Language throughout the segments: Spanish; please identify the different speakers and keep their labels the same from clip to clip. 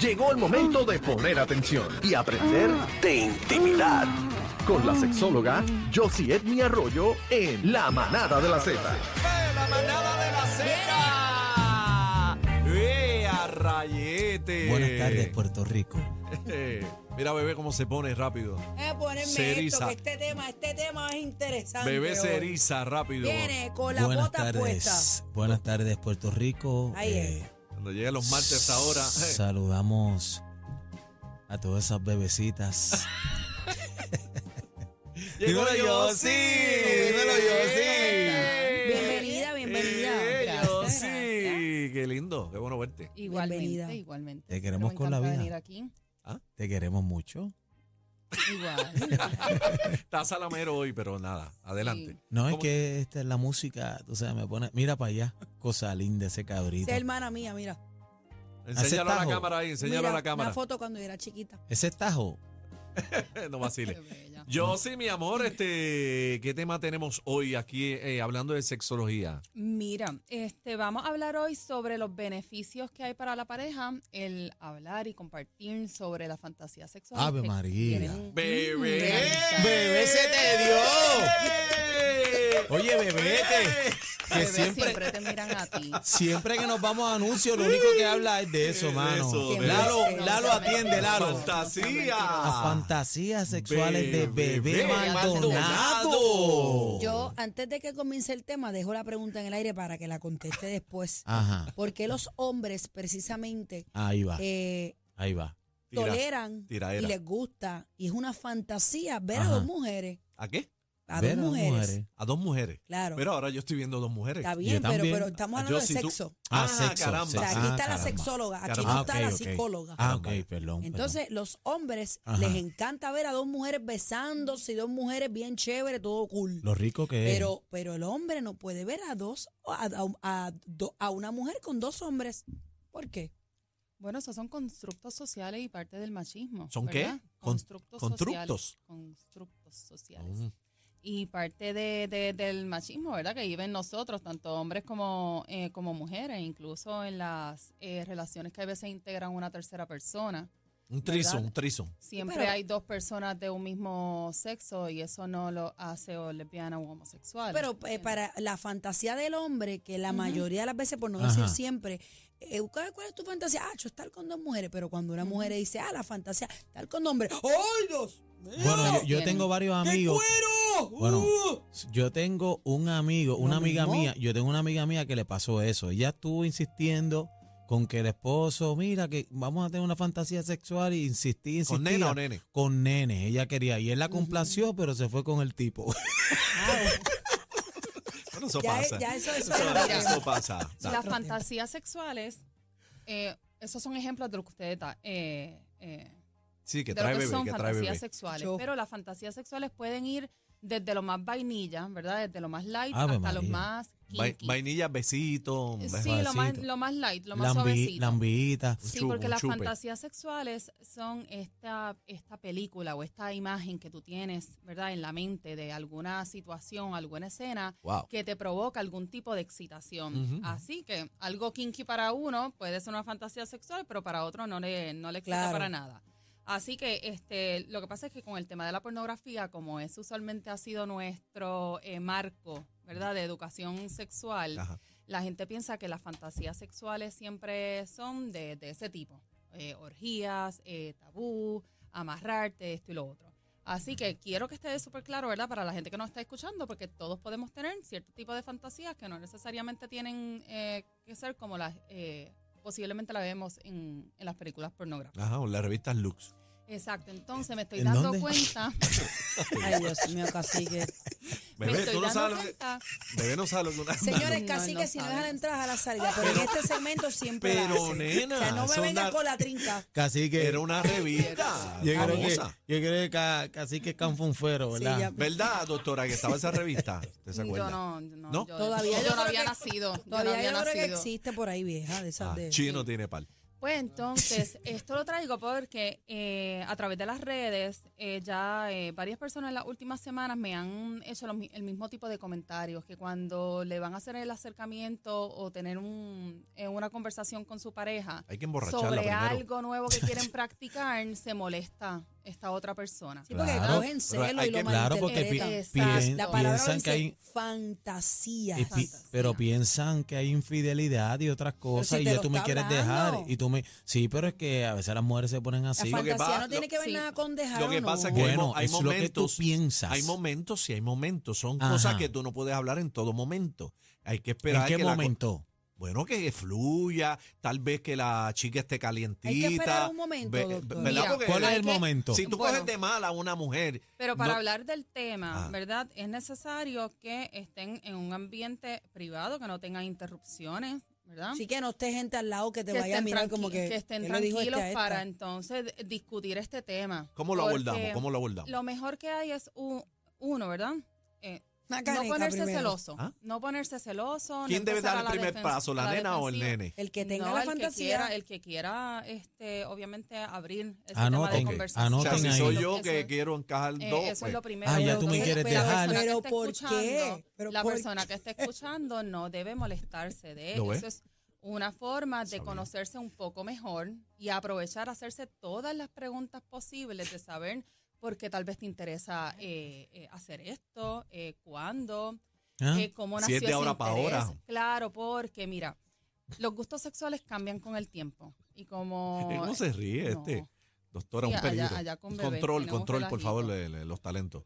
Speaker 1: Llegó el momento de poner atención y aprender de intimidad con la sexóloga Josie Edmi Arroyo en La Manada de la Z.
Speaker 2: la manada de la Z. ¡Eh, a rayete!
Speaker 3: Eh,
Speaker 4: Buenas tardes, pues. Puerto Rico.
Speaker 2: Eh, Mira, bebé, cómo se pone rápido.
Speaker 3: Voy a ponerme
Speaker 2: Se eriza.
Speaker 3: esto, que este tema, este tema es interesante.
Speaker 2: Bebé se
Speaker 3: hoy.
Speaker 2: eriza rápido.
Speaker 3: Viene con la
Speaker 4: Buenas
Speaker 3: bota
Speaker 4: tardes.
Speaker 3: puesta.
Speaker 4: Buenas tardes, Puerto Rico. Eh,
Speaker 3: Ahí
Speaker 2: Cuando lleguen los martes ahora. eh,
Speaker 4: Saludamos a todas esas bebecitas.
Speaker 2: ¡Llegó la
Speaker 4: Dímelo,
Speaker 2: Yossi!
Speaker 4: Yossi. Dímelo, Yossi.
Speaker 2: Eh,
Speaker 3: Bienvenida, bienvenida.
Speaker 2: eh,
Speaker 5: Gracias,
Speaker 2: Yossi.
Speaker 5: gracias.
Speaker 2: Qué lindo, qué bueno verte.
Speaker 5: Igualmente,
Speaker 3: Bienvenida.
Speaker 5: igualmente.
Speaker 4: Te queremos
Speaker 5: Me
Speaker 4: con la
Speaker 5: encanta
Speaker 4: vida.
Speaker 5: venir aquí.
Speaker 4: Te queremos mucho.
Speaker 5: Igual.
Speaker 2: Está salamero hoy, pero nada, adelante.
Speaker 4: No es
Speaker 2: ¿Cómo?
Speaker 4: que esta es la música, tú sabes, me pone, mira para allá, cosa linda ese cabrito.
Speaker 3: Esa hermana mía, mira.
Speaker 2: Enséñalo a la
Speaker 4: tajo.
Speaker 2: cámara ahí, enséñalo
Speaker 3: Mira,
Speaker 2: a la
Speaker 3: Una
Speaker 2: cámara.
Speaker 3: foto cuando yo era chiquita.
Speaker 4: Ese tajo,
Speaker 2: no
Speaker 5: Qué
Speaker 2: vacile.
Speaker 5: bella.
Speaker 2: Yo sí, mi amor, este, ¿qué tema tenemos hoy aquí eh, hablando de sexología?
Speaker 5: Mira, este, vamos a hablar hoy sobre los beneficios que hay para la pareja, el hablar y compartir sobre la fantasía sexual.
Speaker 4: Ave
Speaker 5: que
Speaker 4: María.
Speaker 5: quieren
Speaker 2: Bebé.
Speaker 5: realizar.
Speaker 4: Bebé, se te
Speaker 2: dio.
Speaker 4: Oye, bebete, que
Speaker 5: Bebé,
Speaker 4: siempre-
Speaker 5: te miran a ti.
Speaker 4: siempre que nos vamos a anuncios, lo único que habla es de eso,
Speaker 2: De
Speaker 4: mano.
Speaker 2: eso, de
Speaker 4: Lalo,
Speaker 3: eso.
Speaker 4: Lalo atiende, Lalo.
Speaker 2: Fantasía.
Speaker 4: Las fantasías sexuales de
Speaker 2: Bebé
Speaker 4: bebé
Speaker 2: Maldonado.
Speaker 4: Maldonado.
Speaker 3: Yo, antes de que comience el tema, dejo la pregunta en el aire para que la conteste después.
Speaker 4: Ajá,
Speaker 3: ¿Por qué los hombres, precisamente,
Speaker 4: ahí va,
Speaker 3: eh,
Speaker 4: ahí va.
Speaker 2: Tira-
Speaker 3: toleran
Speaker 2: tiraera.
Speaker 3: y les gusta? Y es una fantasía ver
Speaker 4: Ajá.
Speaker 3: a dos mujeres.
Speaker 2: ¿A qué?
Speaker 3: A
Speaker 4: Ver
Speaker 3: dos
Speaker 4: las
Speaker 3: mujeres.
Speaker 2: A dos mujeres.
Speaker 3: Claro.
Speaker 2: Pero ahora yo estoy viendo dos mujeres.
Speaker 3: Está bien, pero,
Speaker 4: también.
Speaker 3: pero estamos
Speaker 2: Ah,
Speaker 3: hablando
Speaker 2: yo
Speaker 3: de
Speaker 2: sí, tú-
Speaker 3: sexo.
Speaker 2: Ah,
Speaker 3: O
Speaker 2: caramba.
Speaker 3: sea, aquí
Speaker 4: Ah,
Speaker 3: está la
Speaker 4: caramba.
Speaker 3: sexóloga, aquí
Speaker 2: Caramba.
Speaker 3: no
Speaker 4: Ah,
Speaker 3: está
Speaker 4: ok,
Speaker 3: la
Speaker 4: ok.
Speaker 3: psicóloga.
Speaker 4: Ah, ok, perdón.
Speaker 3: Entonces, los hombres
Speaker 4: Ajá.
Speaker 3: les encanta ver a dos mujeres besándose y dos mujeres bien chévere, todo cool.
Speaker 4: perdón. lo rico que es.
Speaker 3: Pero, pero el hombre no puede ver a dos, a, a- a do- a una mujer con dos hombres. ¿Por qué?
Speaker 5: Bueno, esos son constructos sociales y parte del machismo.
Speaker 2: ¿Son
Speaker 5: ¿verdad?
Speaker 2: qué? Con-
Speaker 5: Constructos,
Speaker 2: constructos.
Speaker 5: sociales. Constructos sociales.
Speaker 2: Mm.
Speaker 5: y parte de, de- del machismo, ¿verdad? Que viven nosotros, tanto hombres como, eh, como mujeres, incluso en las eh, relaciones que a veces integran una tercera persona.
Speaker 2: Un trizo,
Speaker 5: ¿Verdad?
Speaker 2: un trizo.
Speaker 5: Siempre
Speaker 3: pero-
Speaker 5: hay dos personas de un mismo sexo y eso no lo hace o lesbiana o homosexual.
Speaker 3: Pero eh, para la fantasía del hombre, que la
Speaker 5: Ujú.
Speaker 3: mayoría de las veces, por no
Speaker 4: Ajá.
Speaker 3: decir siempre, eh, ¿cuál, cuál es tu fantasía? Ah, yo estar con dos mujeres, pero cuando una mujer dice, ah, la fantasía, estar con dos hombres, ¡ay, Dios! mío!
Speaker 4: bueno, yo- yo,
Speaker 5: Tienen.
Speaker 4: tengo varios
Speaker 3: ¡Qué
Speaker 4: amigos.
Speaker 3: cuero!
Speaker 4: Bueno,
Speaker 3: ¡Uh!
Speaker 4: Yo tengo un amigo, una
Speaker 3: Lo
Speaker 4: amiga
Speaker 3: mismo.
Speaker 4: mía, yo tengo una amiga mía que le pasó eso. Ella estuvo insistiendo con que el esposo, mira, que vamos a tener una fantasía sexual y insistí, insistí.
Speaker 2: ¿Con nena o nene?
Speaker 4: Con nene, ella quería. Y él la complació, pero se fue con el tipo.
Speaker 2: Bueno, eso
Speaker 3: ya,
Speaker 2: pasa.
Speaker 3: ya eso, eso
Speaker 2: Eso-
Speaker 3: es
Speaker 5: mira.
Speaker 2: eso pasa.
Speaker 5: Las fantasías sexuales, eh, esos son ejemplos de lo que ustedes da- eh, eh,
Speaker 2: Sí, que
Speaker 5: de lo
Speaker 2: trae
Speaker 5: que
Speaker 2: bebé,
Speaker 5: son
Speaker 2: que trae
Speaker 5: fantasías
Speaker 2: bebé.
Speaker 5: sexuales.
Speaker 3: Yo-
Speaker 5: Pero las fantasías sexuales pueden ir desde lo más vainilla, ¿verdad? Desde lo más light
Speaker 4: Ave
Speaker 5: hasta los
Speaker 4: María.
Speaker 5: más
Speaker 2: Vai-
Speaker 5: kinky. Eh,
Speaker 2: Vainilla, besito.
Speaker 5: Sí, lo más,
Speaker 4: suavecito.
Speaker 5: lo más light, lo más
Speaker 4: Lambi,
Speaker 5: suavecito.
Speaker 4: lambita.
Speaker 2: un
Speaker 5: Sí,
Speaker 2: chupe,
Speaker 5: porque
Speaker 2: un
Speaker 5: las
Speaker 2: chupe.
Speaker 5: fantasías sexuales son esta, esta película o esta imagen que tú tienes, ¿verdad?, en la mente de alguna situación, alguna escena
Speaker 2: Wow.
Speaker 5: que te provoca algún tipo de excitación.
Speaker 2: Ujú.
Speaker 5: Así que algo kinky para uno puede ser una fantasía sexual, pero para otro no le, no le excita
Speaker 3: Claro.
Speaker 5: para nada. Así que este, lo que pasa es que con el tema de la pornografía, como es usualmente ha sido nuestro eh, marco, ¿verdad?, de educación sexual,
Speaker 2: Ajá.
Speaker 5: la gente piensa que las fantasías sexuales siempre son de, de ese tipo. Eh, orgías, eh, tabú, amarrarte, esto y lo otro. Así que quiero que esté súper claro, ¿verdad? Para la gente que nos está escuchando, porque todos podemos tener cierto tipo de fantasías que no necesariamente tienen eh, que ser como las eh, posiblemente la vemos en, en las películas pornográficas.
Speaker 2: Ajá, o la revista Lux.
Speaker 5: Exacto, entonces me estoy
Speaker 4: ¿En
Speaker 5: dando
Speaker 4: dónde?
Speaker 5: cuenta,
Speaker 3: Ay, Dios mío, cacique.
Speaker 5: me
Speaker 2: Bebé,
Speaker 5: estoy
Speaker 2: tú no
Speaker 5: dando
Speaker 2: sabes lo que.
Speaker 5: cuenta
Speaker 2: Bebé no sabe lo que una.
Speaker 3: Señores,
Speaker 5: No,
Speaker 3: cacique,
Speaker 5: no
Speaker 3: si no
Speaker 5: saben.
Speaker 3: dejan entrar a la salida, pero, en este segmento siempre la
Speaker 2: Pero,
Speaker 3: hacen.
Speaker 2: nena,
Speaker 3: O sea, no me
Speaker 2: son
Speaker 3: vengan
Speaker 2: una-
Speaker 3: con la trinca.
Speaker 4: Casi que.
Speaker 2: Era una revista.
Speaker 4: yo, creo que
Speaker 2: famosa.
Speaker 4: yo creo que ca- casi que es canfunfuero,
Speaker 3: Sí,
Speaker 4: ¿verdad?
Speaker 3: ya-
Speaker 2: ¿Verdad, doctora, que estaba esa revista? ¿Te se
Speaker 5: Yo
Speaker 2: acuerda? Ah,
Speaker 5: no, yo no,
Speaker 2: ¿No?
Speaker 5: yo-
Speaker 3: Todavía yo
Speaker 5: yo no
Speaker 3: creo
Speaker 5: había
Speaker 3: que-
Speaker 5: nacido. yo no
Speaker 3: Todavía
Speaker 5: había
Speaker 3: yo creo que
Speaker 5: nacido.
Speaker 3: existe por ahí, vieja, de esas
Speaker 2: Ah,
Speaker 3: de...
Speaker 2: chino tiene par.
Speaker 5: Pues entonces, esto lo traigo porque eh, a través de las redes, eh, ya eh, varias personas en las últimas semanas me han hecho los mi- el mismo tipo de comentarios, que cuando le van a hacer el acercamiento o tener un, eh, una conversación con su pareja
Speaker 2: Hay que emborracharla
Speaker 5: sobre
Speaker 2: primero.
Speaker 5: algo nuevo que quieren practicar, se molesta esta otra persona.
Speaker 3: Sí, porque
Speaker 4: Claro,
Speaker 3: cogen celo
Speaker 2: hay
Speaker 3: y lo
Speaker 2: que-
Speaker 4: Claro, porque pi-
Speaker 3: malinterpretan.
Speaker 5: pi-
Speaker 4: pien-
Speaker 3: La palabra
Speaker 4: piensan
Speaker 3: dice
Speaker 4: que hay
Speaker 3: fantasías.
Speaker 4: Y pi-
Speaker 5: Fantasía.
Speaker 4: pero piensan que hay infidelidad y otras cosas
Speaker 3: si
Speaker 4: y
Speaker 3: te
Speaker 4: ya
Speaker 3: lo
Speaker 4: tú me
Speaker 3: está
Speaker 4: quieres
Speaker 3: hablando.
Speaker 4: dejar y tú me sí pero es que a veces las mujeres se ponen
Speaker 3: la
Speaker 4: así
Speaker 2: lo que
Speaker 3: fantasía
Speaker 2: pasa-
Speaker 3: no tiene que ver
Speaker 5: sí.
Speaker 3: nada con dejar
Speaker 2: Lo que
Speaker 3: o no.
Speaker 2: pasa es que hay,
Speaker 4: bueno
Speaker 2: mo- hay
Speaker 4: es lo que tú
Speaker 2: momentos.
Speaker 4: piensas
Speaker 2: hay momentos, sí, hay momentos. Son
Speaker 4: Ajá.
Speaker 2: cosas que tú no puedes hablar en todo momento. Hay que esperar.
Speaker 4: en qué
Speaker 2: que la co-
Speaker 4: momento
Speaker 2: bueno, que fluya. Tal vez que la chica esté calientita.
Speaker 3: Hay que esperar un momento, doctor.
Speaker 2: ¿verdad?
Speaker 5: Mira,
Speaker 2: Porque
Speaker 4: cuál es
Speaker 5: hay
Speaker 4: el
Speaker 5: que-
Speaker 4: momento
Speaker 2: Si tú
Speaker 5: Bueno.
Speaker 2: coges de mala a una mujer,
Speaker 5: Pero para
Speaker 2: No.
Speaker 5: hablar del tema,
Speaker 2: Ah.
Speaker 5: ¿verdad? Es necesario que estén en un ambiente privado, que no tengan interrupciones, ¿verdad?
Speaker 3: Así que no esté gente al lado que te
Speaker 5: que
Speaker 3: vaya a
Speaker 5: estén,
Speaker 3: mirar
Speaker 5: tranqui-
Speaker 3: como que.
Speaker 5: que estén
Speaker 3: ¿qué le dijo
Speaker 5: tranquilos
Speaker 3: este a esta?
Speaker 5: para entonces d- discutir este tema.
Speaker 2: ¿cómo lo
Speaker 5: Porque
Speaker 2: abordamos? ¿Cómo lo abordamos?
Speaker 5: Lo mejor que hay es u- uno, ¿verdad? Eh,
Speaker 3: Una
Speaker 5: no
Speaker 3: caneca
Speaker 5: ponerse
Speaker 3: primero.
Speaker 5: celoso.
Speaker 2: ¿Ah?
Speaker 5: No ponerse celoso. no
Speaker 2: ¿Quién debe dar
Speaker 5: empezar a
Speaker 2: el
Speaker 5: la
Speaker 2: primer
Speaker 5: defen-
Speaker 2: paso, la, nena o el
Speaker 5: defensiva.
Speaker 2: nene?
Speaker 3: El que tenga
Speaker 5: No,
Speaker 3: la
Speaker 5: el
Speaker 3: fantasía.
Speaker 5: Que quiera, el que quiera, este, obviamente, abrir ese tema
Speaker 4: Anoten,
Speaker 5: de conversación.
Speaker 2: o sea,
Speaker 4: anoten
Speaker 2: si
Speaker 4: ahí.
Speaker 2: soy yo
Speaker 5: Eso-
Speaker 2: que quiero encajar
Speaker 5: eh,
Speaker 2: dos,
Speaker 5: eso es
Speaker 2: pues,
Speaker 5: lo primero.
Speaker 4: Ah, ya
Speaker 5: Pero
Speaker 4: tú me
Speaker 5: que-
Speaker 4: quieres
Speaker 5: pero la
Speaker 4: dejar.
Speaker 5: persona que
Speaker 3: Pero
Speaker 5: esté
Speaker 3: ¿por qué?
Speaker 5: escuchando,
Speaker 3: Pero
Speaker 5: la
Speaker 3: ¿por
Speaker 5: persona que esté escuchando no debe molestarse de
Speaker 2: ¿Lo
Speaker 5: él.
Speaker 2: ves?
Speaker 5: Eso es una forma de
Speaker 2: Sabía.
Speaker 5: conocerse un poco mejor y aprovechar, hacerse todas las preguntas posibles de saber por qué tal vez te interesa eh, eh, hacer esto, eh, cuándo,
Speaker 4: ¿Ah?
Speaker 5: eh, cómo
Speaker 2: Si
Speaker 5: nació
Speaker 2: es de
Speaker 5: ese
Speaker 2: ahora pa'
Speaker 5: interés.
Speaker 2: ahora.
Speaker 5: Claro, porque mira, los gustos sexuales cambian con el tiempo y como...
Speaker 2: Eh, ¿Cómo se ríe
Speaker 5: No.
Speaker 2: este? Doctora,
Speaker 5: Sí,
Speaker 2: un
Speaker 5: allá-
Speaker 2: peligro.
Speaker 5: allá con bebé,
Speaker 2: control,
Speaker 5: tenemos
Speaker 2: control, por
Speaker 5: relajito.
Speaker 2: favor, le- le- los talentos.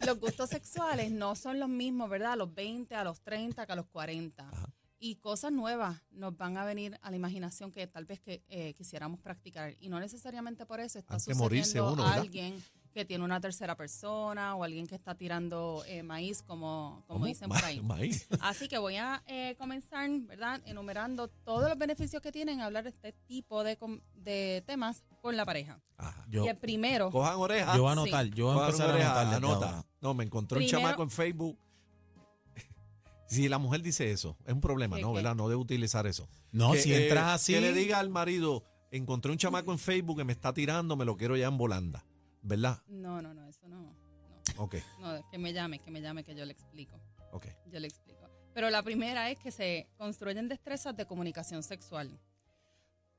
Speaker 5: Y los gustos sexuales no son los mismos, ¿verdad? A los 20, a los 30, que a los 40.
Speaker 2: Ajá.
Speaker 5: Y cosas nuevas nos van a venir a la imaginación que tal vez que eh, quisiéramos practicar. Y no necesariamente por eso está
Speaker 2: Hay que
Speaker 5: sucediendo
Speaker 2: morirse uno, ¿verdad?
Speaker 5: alguien que tiene una tercera persona o alguien que está tirando eh, maíz, como, como
Speaker 2: ¿Cómo?
Speaker 5: dicen
Speaker 2: Ma-
Speaker 5: por ahí.
Speaker 2: maíz.
Speaker 5: Así que voy a eh, comenzar, ¿verdad? Enumerando todos los beneficios que tienen hablar de este tipo de, com- de temas con la pareja.
Speaker 2: Ajá.
Speaker 4: yo,
Speaker 5: y el primero...
Speaker 2: Cojan orejas.
Speaker 4: yo voy a anotar yo voy a
Speaker 2: Cojan
Speaker 4: empezar a
Speaker 2: orejas,
Speaker 4: anotar desde
Speaker 2: anota.
Speaker 4: ahora.
Speaker 2: No, me encontró
Speaker 5: Primero-
Speaker 2: un chamaco en Facebook. Si la mujer dice eso, es un problema,
Speaker 5: ¿Qué,
Speaker 2: ¿no?
Speaker 5: qué?
Speaker 2: ¿Verdad? No debe utilizar eso.
Speaker 4: no
Speaker 2: Que,
Speaker 4: si
Speaker 2: eh,
Speaker 4: entras así
Speaker 2: Que le diga al marido, encontré un chamaco en Facebook que me está tirando, me lo quiero ya en volanda. ¿Verdad?
Speaker 5: No, no, no, eso no. no.
Speaker 2: Ok,
Speaker 5: No, que me llame, que me llame, que yo le explico.
Speaker 2: ok.
Speaker 5: Yo le explico. Pero la primera es que se construyen destrezas de comunicación sexual.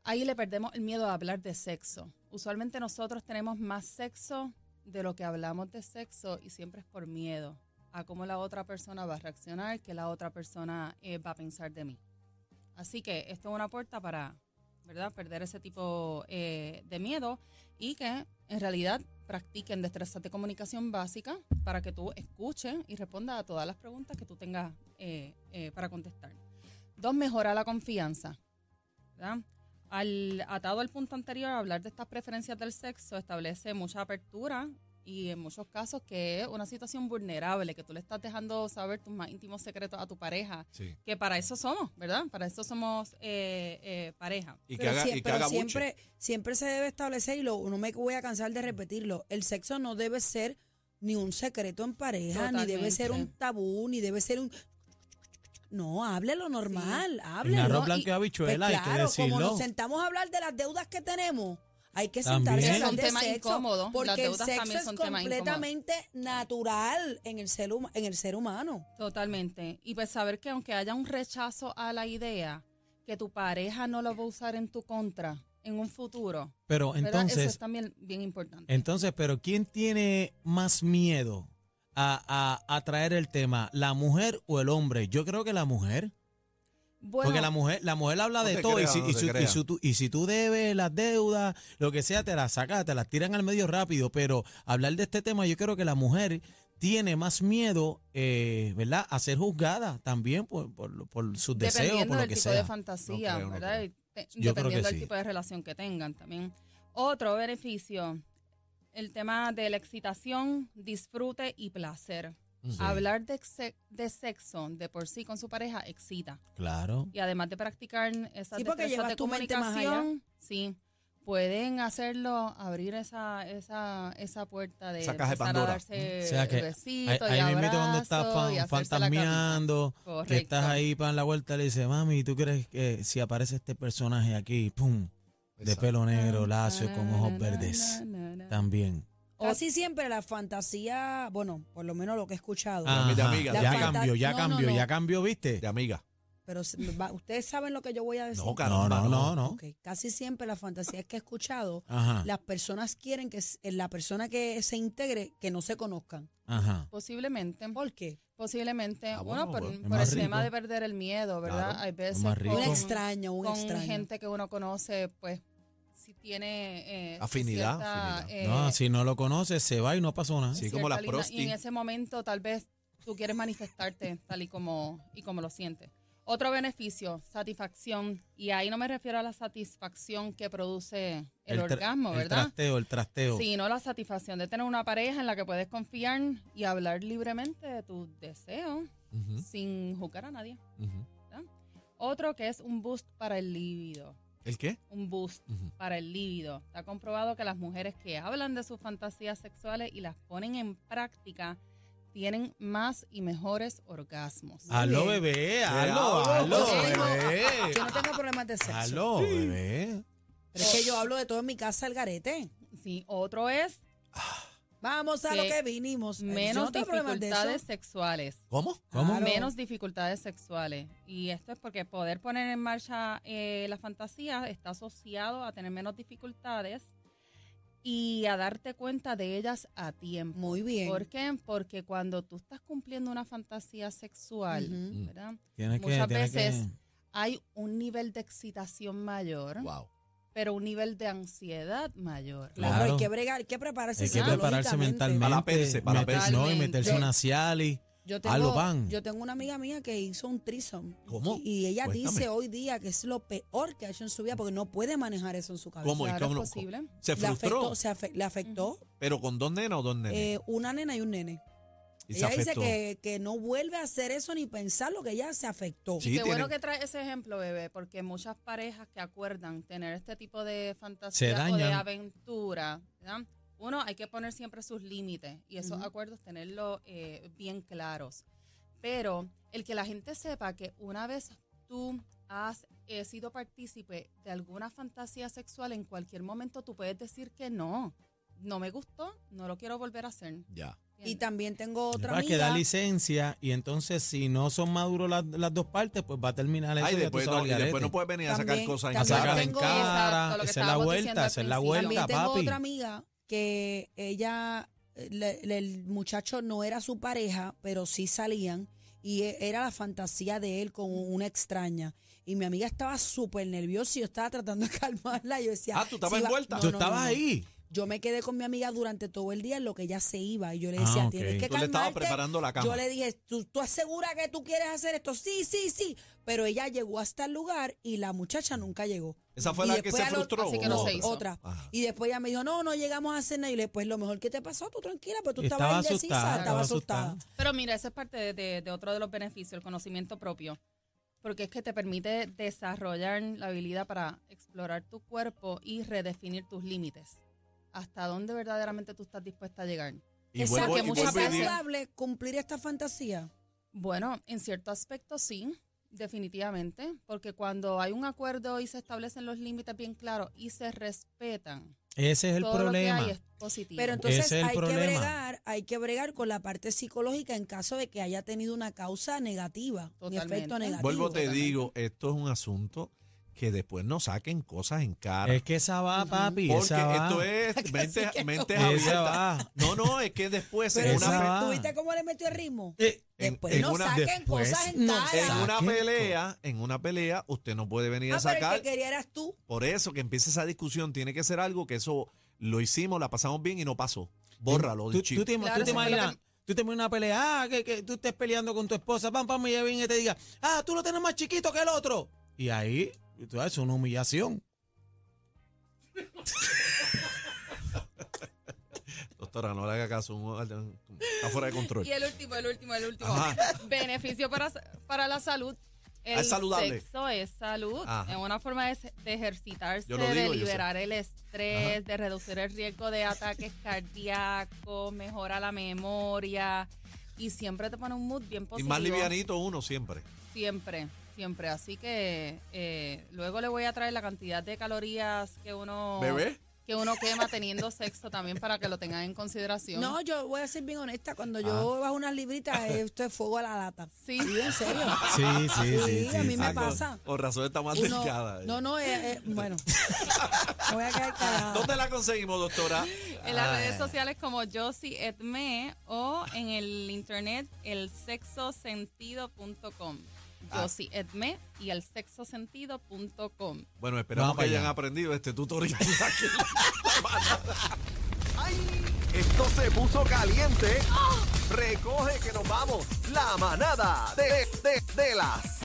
Speaker 5: Ahí le perdemos el miedo a hablar de sexo. Usualmente nosotros tenemos más sexo de lo que hablamos de sexo y siempre es por miedo a cómo la otra persona va a reaccionar, que la otra persona eh, va a pensar de mí. Así que esto es una puerta para, ¿verdad? Perder ese tipo eh, de miedo y que en realidad practiquen destrezas de comunicación básica para que tú escuches y respondas a todas las preguntas que tú tengas eh, eh, para contestar. Dos, mejora la confianza. ¿verdad? Al, atado al punto anterior, hablar de estas preferencias del sexo establece mucha apertura y en muchos casos que es una situación vulnerable, que tú le estás dejando saber tus más íntimos secretos a tu pareja,
Speaker 2: Sí.
Speaker 5: que para eso somos, ¿verdad? Para eso somos eh, eh, pareja.
Speaker 2: Y que
Speaker 3: Pero
Speaker 2: haga,
Speaker 3: siem-
Speaker 2: y que
Speaker 3: pero
Speaker 2: haga buche.
Speaker 3: siempre, siempre se debe establecer, y lo, no me voy a cansar de repetirlo, el sexo no debe ser ni un secreto en pareja, ni debe ser un
Speaker 5: Totalmente.
Speaker 3: tabú, ni debe ser un... No, háblelo normal,
Speaker 4: en
Speaker 3: háblelo.
Speaker 4: arroz
Speaker 5: y-
Speaker 4: blanco y
Speaker 3: Pues
Speaker 4: habichuela hay que
Speaker 3: claro, como
Speaker 4: decirlo
Speaker 3: nos sentamos a hablar de las deudas que tenemos, hay que
Speaker 4: También.
Speaker 3: sentarse a
Speaker 4: Son
Speaker 3: hablar de
Speaker 5: temas
Speaker 3: sexo,
Speaker 5: incómodos, las
Speaker 3: porque el
Speaker 5: deudas
Speaker 3: sexo
Speaker 5: también
Speaker 3: es
Speaker 5: son temas incómodos.
Speaker 3: completamente natural en el ser huma- en el ser humano.
Speaker 5: Totalmente. Y pues saber que aunque haya un rechazo a la idea, que tu pareja no lo va a usar en tu contra en un futuro.
Speaker 4: pero
Speaker 5: ¿verdad? Eso
Speaker 4: entonces
Speaker 5: es también bien importante.
Speaker 4: Entonces, pero ¿quién tiene más miedo a, a, a traer el tema? ¿La mujer o el hombre? Yo creo que la mujer.
Speaker 5: bueno,
Speaker 4: porque la mujer, la mujer habla
Speaker 2: No
Speaker 4: de
Speaker 2: te
Speaker 4: todo. y,
Speaker 2: creas,
Speaker 4: si,
Speaker 2: no
Speaker 4: y
Speaker 2: te
Speaker 4: su- y
Speaker 2: creas.
Speaker 4: su- tú- y si tú debes las deudas, lo que sea, te las sacas, te las tiran al medio rápido. Pero hablar de este tema, yo creo que la mujer tiene más miedo, eh, ¿verdad?, a ser juzgada también por, por, por sus deseos,
Speaker 5: dependiendo
Speaker 4: por lo
Speaker 5: del
Speaker 4: que
Speaker 5: tipo
Speaker 4: sea.
Speaker 5: de fantasía,
Speaker 2: No creo, no
Speaker 5: ¿verdad?
Speaker 2: creo.
Speaker 5: Y te-
Speaker 4: Yo creo que
Speaker 5: dependiendo del
Speaker 4: sí.
Speaker 5: tipo de relación que tengan también. Otro beneficio, el tema de la excitación, disfrute y placer.
Speaker 2: Sí.
Speaker 4: Mm.
Speaker 5: Hablar de, exe- de sexo de por sí con su pareja excita.
Speaker 4: claro.
Speaker 5: Y además de practicar esas
Speaker 3: Sí, porque
Speaker 5: destrezas
Speaker 3: llevas
Speaker 5: de
Speaker 3: tu mente más allá.
Speaker 5: comunicación, sí, pueden hacerlo, abrir esa, esa, esa puerta de
Speaker 2: Esa caja de
Speaker 5: empezar a
Speaker 2: Pandora.
Speaker 5: darse
Speaker 4: O sea que
Speaker 5: besitos
Speaker 4: Ahí,
Speaker 5: y
Speaker 4: ahí mismito cuando estás
Speaker 5: abrazos y
Speaker 4: fan-
Speaker 5: hacerse la
Speaker 4: fantasmeando,
Speaker 5: camisa.
Speaker 4: que estás
Speaker 5: Correcto.
Speaker 4: ahí para la vuelta, le dice, mami, ¿tú crees que si aparece este personaje aquí, pum, de
Speaker 2: Exacto.
Speaker 4: pelo
Speaker 5: capita.
Speaker 4: negro, lacio,
Speaker 5: Na,
Speaker 4: con
Speaker 5: na,
Speaker 4: ojos
Speaker 5: na,
Speaker 4: verdes?
Speaker 5: na, na, na.
Speaker 4: También.
Speaker 3: Casi siempre la fantasía, bueno, por lo menos lo que he escuchado,
Speaker 2: Ah. de amiga,
Speaker 4: ya
Speaker 2: de amiga.
Speaker 4: cambió, ya
Speaker 3: No, no,
Speaker 4: cambió,
Speaker 3: no.
Speaker 4: ya cambió, ¿viste?
Speaker 2: De amiga.
Speaker 3: pero se- va- ustedes saben lo que yo voy a decir.
Speaker 2: No,
Speaker 4: No,
Speaker 2: caramba,
Speaker 4: no, no, no.
Speaker 3: Ok, Casi siempre la fantasía es que he escuchado,
Speaker 4: Ajá,
Speaker 3: las personas quieren que s- eh, la persona que se integre, que no se conozcan.
Speaker 4: ajá.
Speaker 5: Posiblemente.
Speaker 3: ¿Por qué?
Speaker 5: Posiblemente.
Speaker 2: Ah,
Speaker 5: bueno,
Speaker 2: bueno,
Speaker 5: por,
Speaker 2: bueno.
Speaker 5: por
Speaker 4: pues, más
Speaker 5: el tema
Speaker 4: rico.
Speaker 5: de perder el miedo, ¿verdad?
Speaker 2: Claro,
Speaker 5: Hay veces
Speaker 4: más rico.
Speaker 3: Un
Speaker 5: con-
Speaker 3: extraño, un
Speaker 5: con
Speaker 3: extraño.
Speaker 5: gente que uno conoce, pues si tiene eh,
Speaker 2: Afinidad,
Speaker 5: cierta,
Speaker 2: afinidad.
Speaker 5: eh,
Speaker 4: no, si no lo conoces, se va y no pasó nada.
Speaker 2: Sí.
Speaker 5: cierta
Speaker 2: como las
Speaker 5: Ah, linda- Y en
Speaker 2: prosti.
Speaker 5: ese momento tal vez tú quieres manifestarte tal y como, y como lo sientes. Otro beneficio, satisfacción. Y ahí no me refiero a la satisfacción que produce el,
Speaker 4: tra-
Speaker 5: orgasmo,
Speaker 4: El
Speaker 5: ¿verdad?
Speaker 4: trasteo, el trasteo.
Speaker 5: Sino la satisfacción de tener una pareja en la que puedes confiar y hablar libremente de tus deseos
Speaker 2: Ujú,
Speaker 5: sin juzgar a nadie.
Speaker 2: ujú.
Speaker 5: Otro que es un boost para el líbido.
Speaker 2: ¿El qué?
Speaker 5: Un boost
Speaker 2: Ujú.
Speaker 5: para el líbido. Está comprobado que las mujeres que hablan de sus fantasías sexuales y las ponen en práctica tienen más y mejores orgasmos.
Speaker 4: Aló,
Speaker 3: Bien.
Speaker 4: bebé,
Speaker 2: hablo,
Speaker 4: aló, aló,
Speaker 3: yo, no,
Speaker 4: bebé.
Speaker 3: yo no tengo problemas de sexo.
Speaker 4: Aló, bebé.
Speaker 3: Pero es que yo hablo de todo en mi casa al garete.
Speaker 5: Sí, otro es
Speaker 3: Vamos a
Speaker 5: Que
Speaker 3: lo que vinimos. Yo no
Speaker 5: menos
Speaker 3: tengo problemas de eso.
Speaker 5: dificultades sexuales.
Speaker 2: ¿Cómo?
Speaker 4: ¿Cómo?
Speaker 3: Claro.
Speaker 5: Menos dificultades sexuales. Y esto es porque poder poner en marcha eh, la fantasía está asociado a tener menos dificultades y a darte cuenta de ellas a tiempo.
Speaker 3: Muy bien.
Speaker 5: ¿Por qué? Porque cuando tú estás cumpliendo una fantasía sexual,
Speaker 3: Ujú.
Speaker 2: Mm.
Speaker 5: ¿verdad?
Speaker 4: Tienes que,
Speaker 5: Muchas
Speaker 4: tienes que-
Speaker 5: veces Hay un nivel de excitación
Speaker 3: ¿Ah?
Speaker 5: mayor,
Speaker 2: Wow.
Speaker 5: pero un nivel de ansiedad mayor.
Speaker 3: Claro,
Speaker 4: Claro.
Speaker 3: hay que bregar, hay que prepararse
Speaker 4: Hay que prepararse
Speaker 3: psicológicamente.
Speaker 4: mentalmente.
Speaker 2: Para la perse, para la
Speaker 4: meterse-
Speaker 5: perse.
Speaker 4: No, y meterse
Speaker 3: Yo-
Speaker 4: una Cialis.
Speaker 3: Yo
Speaker 4: Ah, lo
Speaker 3: tengo,
Speaker 4: van.
Speaker 3: yo tengo una amiga mía que hizo un trisom.
Speaker 2: ¿Cómo?
Speaker 3: Y, y ella
Speaker 2: Cuéntame.
Speaker 3: dice hoy día que es lo peor que ha hecho en su vida porque no puede manejar eso en su cabeza.
Speaker 2: ¿Cómo? ¿Y
Speaker 5: Claro,
Speaker 2: cómo?
Speaker 5: es posible.
Speaker 2: ¿Se
Speaker 3: Le
Speaker 2: frustró?
Speaker 3: afectó, se afe- le afectó
Speaker 2: ¿Pero con dos nenas o dos nenas?
Speaker 3: eh, una nena y un nene.
Speaker 2: y se
Speaker 3: ella dice
Speaker 2: afectó.
Speaker 3: que, que no vuelve a hacer eso ni pensar lo que ella se afectó.
Speaker 2: Sí,
Speaker 5: y qué bueno
Speaker 2: tienen-
Speaker 5: que trae ese ejemplo, bebé, porque muchas parejas que acuerdan tener este tipo de
Speaker 4: Se
Speaker 5: fantasía o de
Speaker 4: dañan.
Speaker 5: aventura, ¿verdad? uno hay que poner siempre sus límites y esos
Speaker 3: Ujú.
Speaker 5: acuerdos tenerlos eh, bien claros. Pero el que la gente sepa que una vez tú has eh, sido partícipe de alguna fantasía sexual, en cualquier momento tú puedes decir que no, no me gustó, no lo quiero volver a hacer.
Speaker 2: Ya.
Speaker 3: Y
Speaker 5: ¿entiendes?
Speaker 3: también tengo otra
Speaker 4: Va a quedar
Speaker 3: amiga.
Speaker 4: Pues, licencia y entonces si no son maduros las, las dos partes, pues va a terminar eso.
Speaker 2: Ay,
Speaker 4: ya tú
Speaker 2: después
Speaker 4: sabes,
Speaker 2: no, y
Speaker 4: al garete.
Speaker 2: después no puedes venir a sacar
Speaker 3: También-
Speaker 2: cosas
Speaker 4: a
Speaker 2: en
Speaker 3: también
Speaker 2: cara.
Speaker 4: sacar en
Speaker 3: tengo-
Speaker 4: cara,
Speaker 5: Exacto, lo
Speaker 4: esa
Speaker 5: que
Speaker 4: es la
Speaker 5: estábamos
Speaker 4: vuelta,
Speaker 5: diciendo al
Speaker 4: esa es la
Speaker 5: principio.
Speaker 4: vuelta,
Speaker 3: También tengo
Speaker 4: papi.
Speaker 3: otra amiga que ella, eh, le- le- el muchacho no era su pareja, pero sí salían y e- era la fantasía de él con una extraña. Y mi amiga estaba súper nerviosa y yo estaba tratando de calmarla. Yo decía,
Speaker 2: Ah, ¿tú estabas
Speaker 3: va-
Speaker 2: envuelta?
Speaker 3: No,
Speaker 4: Tú
Speaker 3: no,
Speaker 4: estabas
Speaker 3: no, no.
Speaker 4: ahí.
Speaker 3: Yo me quedé con mi amiga durante todo el día en lo que ella se iba. Y yo
Speaker 4: Ah,
Speaker 3: le decía,
Speaker 4: ok.
Speaker 3: tienes que
Speaker 2: Tú le estabas
Speaker 3: calmarte".
Speaker 2: preparando la cama.
Speaker 3: Yo le dije, ¿Tú, ¿tú aseguras que tú quieres hacer esto? Sí, sí, sí. Pero ella llegó hasta el lugar y la muchacha nunca llegó.
Speaker 2: Esa fue
Speaker 3: Y
Speaker 2: la que
Speaker 3: después
Speaker 2: se
Speaker 3: al otro-
Speaker 2: frustró.
Speaker 5: así que no
Speaker 2: ¿o
Speaker 5: se
Speaker 2: otra?
Speaker 5: hizo.
Speaker 3: Otra.
Speaker 2: Ajá.
Speaker 3: Y después ella me dijo, no, no llegamos a hacer nada. Y le, pues lo mejor que te pasó, tú tranquila, pero tú
Speaker 4: Estaba
Speaker 3: estabas indecisa,
Speaker 4: asustada,
Speaker 3: estaba
Speaker 4: estaba
Speaker 3: asustada.
Speaker 4: asustada.
Speaker 5: Pero mira, eso es parte de, de- de otro de los beneficios, el conocimiento propio. Porque es que te permite desarrollar la habilidad para explorar tu cuerpo y redefinir tus límites. Hasta dónde verdaderamente tú estás dispuesta a llegar.
Speaker 2: Y
Speaker 3: Exacto,
Speaker 2: vuelvo,
Speaker 5: que
Speaker 2: y
Speaker 5: muchas
Speaker 3: ¿Es
Speaker 2: vuelvo y
Speaker 5: veces-
Speaker 2: digo-
Speaker 3: saludable cumplir esta fantasía?
Speaker 5: Bueno, en cierto aspecto sí, definitivamente. Porque cuando hay un acuerdo y se establecen los límites bien claros y se respetan,
Speaker 4: Ese es el
Speaker 5: todo lo
Speaker 4: problema.
Speaker 5: que hay es positivo.
Speaker 3: Pero entonces
Speaker 4: Ese es el
Speaker 3: hay que
Speaker 4: problema.
Speaker 3: bregar, hay que bregar con la parte psicológica en caso de que haya tenido una causa negativa, un
Speaker 5: Totalmente.
Speaker 3: efecto negativo.
Speaker 2: Vuelvo te
Speaker 5: Totalmente.
Speaker 2: digo, esto es un asunto que después no saquen cosas en cara.
Speaker 4: Es que esa va, papi.
Speaker 2: porque
Speaker 4: esa va.
Speaker 2: esto es mentes
Speaker 3: que no.
Speaker 2: mentes
Speaker 4: Esa
Speaker 2: abiertas.
Speaker 4: va.
Speaker 2: No, no, es que después en
Speaker 3: Pero
Speaker 4: esa
Speaker 2: una,
Speaker 4: va.
Speaker 3: ¿tú viste cómo le metió el ritmo?
Speaker 4: Eh,
Speaker 2: en-
Speaker 3: Después
Speaker 2: en
Speaker 3: no
Speaker 2: una-
Speaker 3: saquen
Speaker 4: después
Speaker 3: cosas en
Speaker 4: no
Speaker 3: cara.
Speaker 2: en una
Speaker 4: Saquen
Speaker 2: pelea, en una pelea, usted no puede venir
Speaker 3: Ah,
Speaker 2: a
Speaker 3: pero el
Speaker 2: sacar.
Speaker 3: que quería eras tú.
Speaker 2: Por eso que empiece esa discusión, tiene que ser algo que eso lo hicimos, la pasamos bien y no pasó. Bórralo
Speaker 4: Tú,
Speaker 2: del
Speaker 4: tú
Speaker 2: chip.
Speaker 4: te, tú
Speaker 5: Claro,
Speaker 4: te
Speaker 5: eso fue lo
Speaker 4: imaginas. Tú te imaginas una pelea, ah, que, que tú estés peleando con tu esposa, pam, pam, y ella viene y te diga, ah, tú lo tienes más chiquito que el otro. Y ahí, tú sabes, es una humillación.
Speaker 2: Doctora, no le haga caso, un- está fuera de control.
Speaker 5: Y el último, el último, el último.
Speaker 2: Ajá.
Speaker 5: Beneficio para, para la salud. El
Speaker 2: Ah, es saludable.
Speaker 5: sexo es salud.
Speaker 2: Ajá.
Speaker 5: Es una forma de, se- de ejercitarse,
Speaker 2: Yo lo digo,
Speaker 5: de
Speaker 2: yo sé.
Speaker 5: liberar el estrés, de reducir el riesgo de ataques cardíacos, mejora la memoria y siempre te pone un mood bien
Speaker 2: Y
Speaker 5: positivo.
Speaker 2: más livianito uno siempre.
Speaker 5: Siempre, siempre. Así que eh, luego le voy a traer la cantidad de calorías que uno
Speaker 2: ¿Bebé?
Speaker 5: que uno quema teniendo sexo también para que lo tengan en consideración.
Speaker 3: No, yo voy a ser bien honesta. Cuando
Speaker 2: Ah.
Speaker 3: yo bajo unas libritas, esto es fuego a la lata.
Speaker 5: Sí.
Speaker 3: Sí, en serio.
Speaker 4: Sí, sí, sí.
Speaker 3: Sí, a mí
Speaker 4: sí,
Speaker 3: me
Speaker 4: sí.
Speaker 2: Ah, con-
Speaker 3: pasa?
Speaker 2: Con razón está más
Speaker 3: Uno-
Speaker 2: delicada.
Speaker 3: no, no, eh, eh, bueno. Me voy a quedar callada.
Speaker 2: ¿Dónde la conseguimos, doctora?
Speaker 5: En las
Speaker 2: Ah,
Speaker 5: redes sociales como Josie Edme o en el internet el sexosentido.com. Josie Edme y el sexosentido.com.
Speaker 2: Bueno, esperamos
Speaker 4: Vamos
Speaker 2: que
Speaker 4: para
Speaker 2: hayan
Speaker 4: allá.
Speaker 2: aprendido este tutorial.
Speaker 1: ¡Ay! Esto se puso caliente. Recoge que nos vamos. La manada de, de, de las.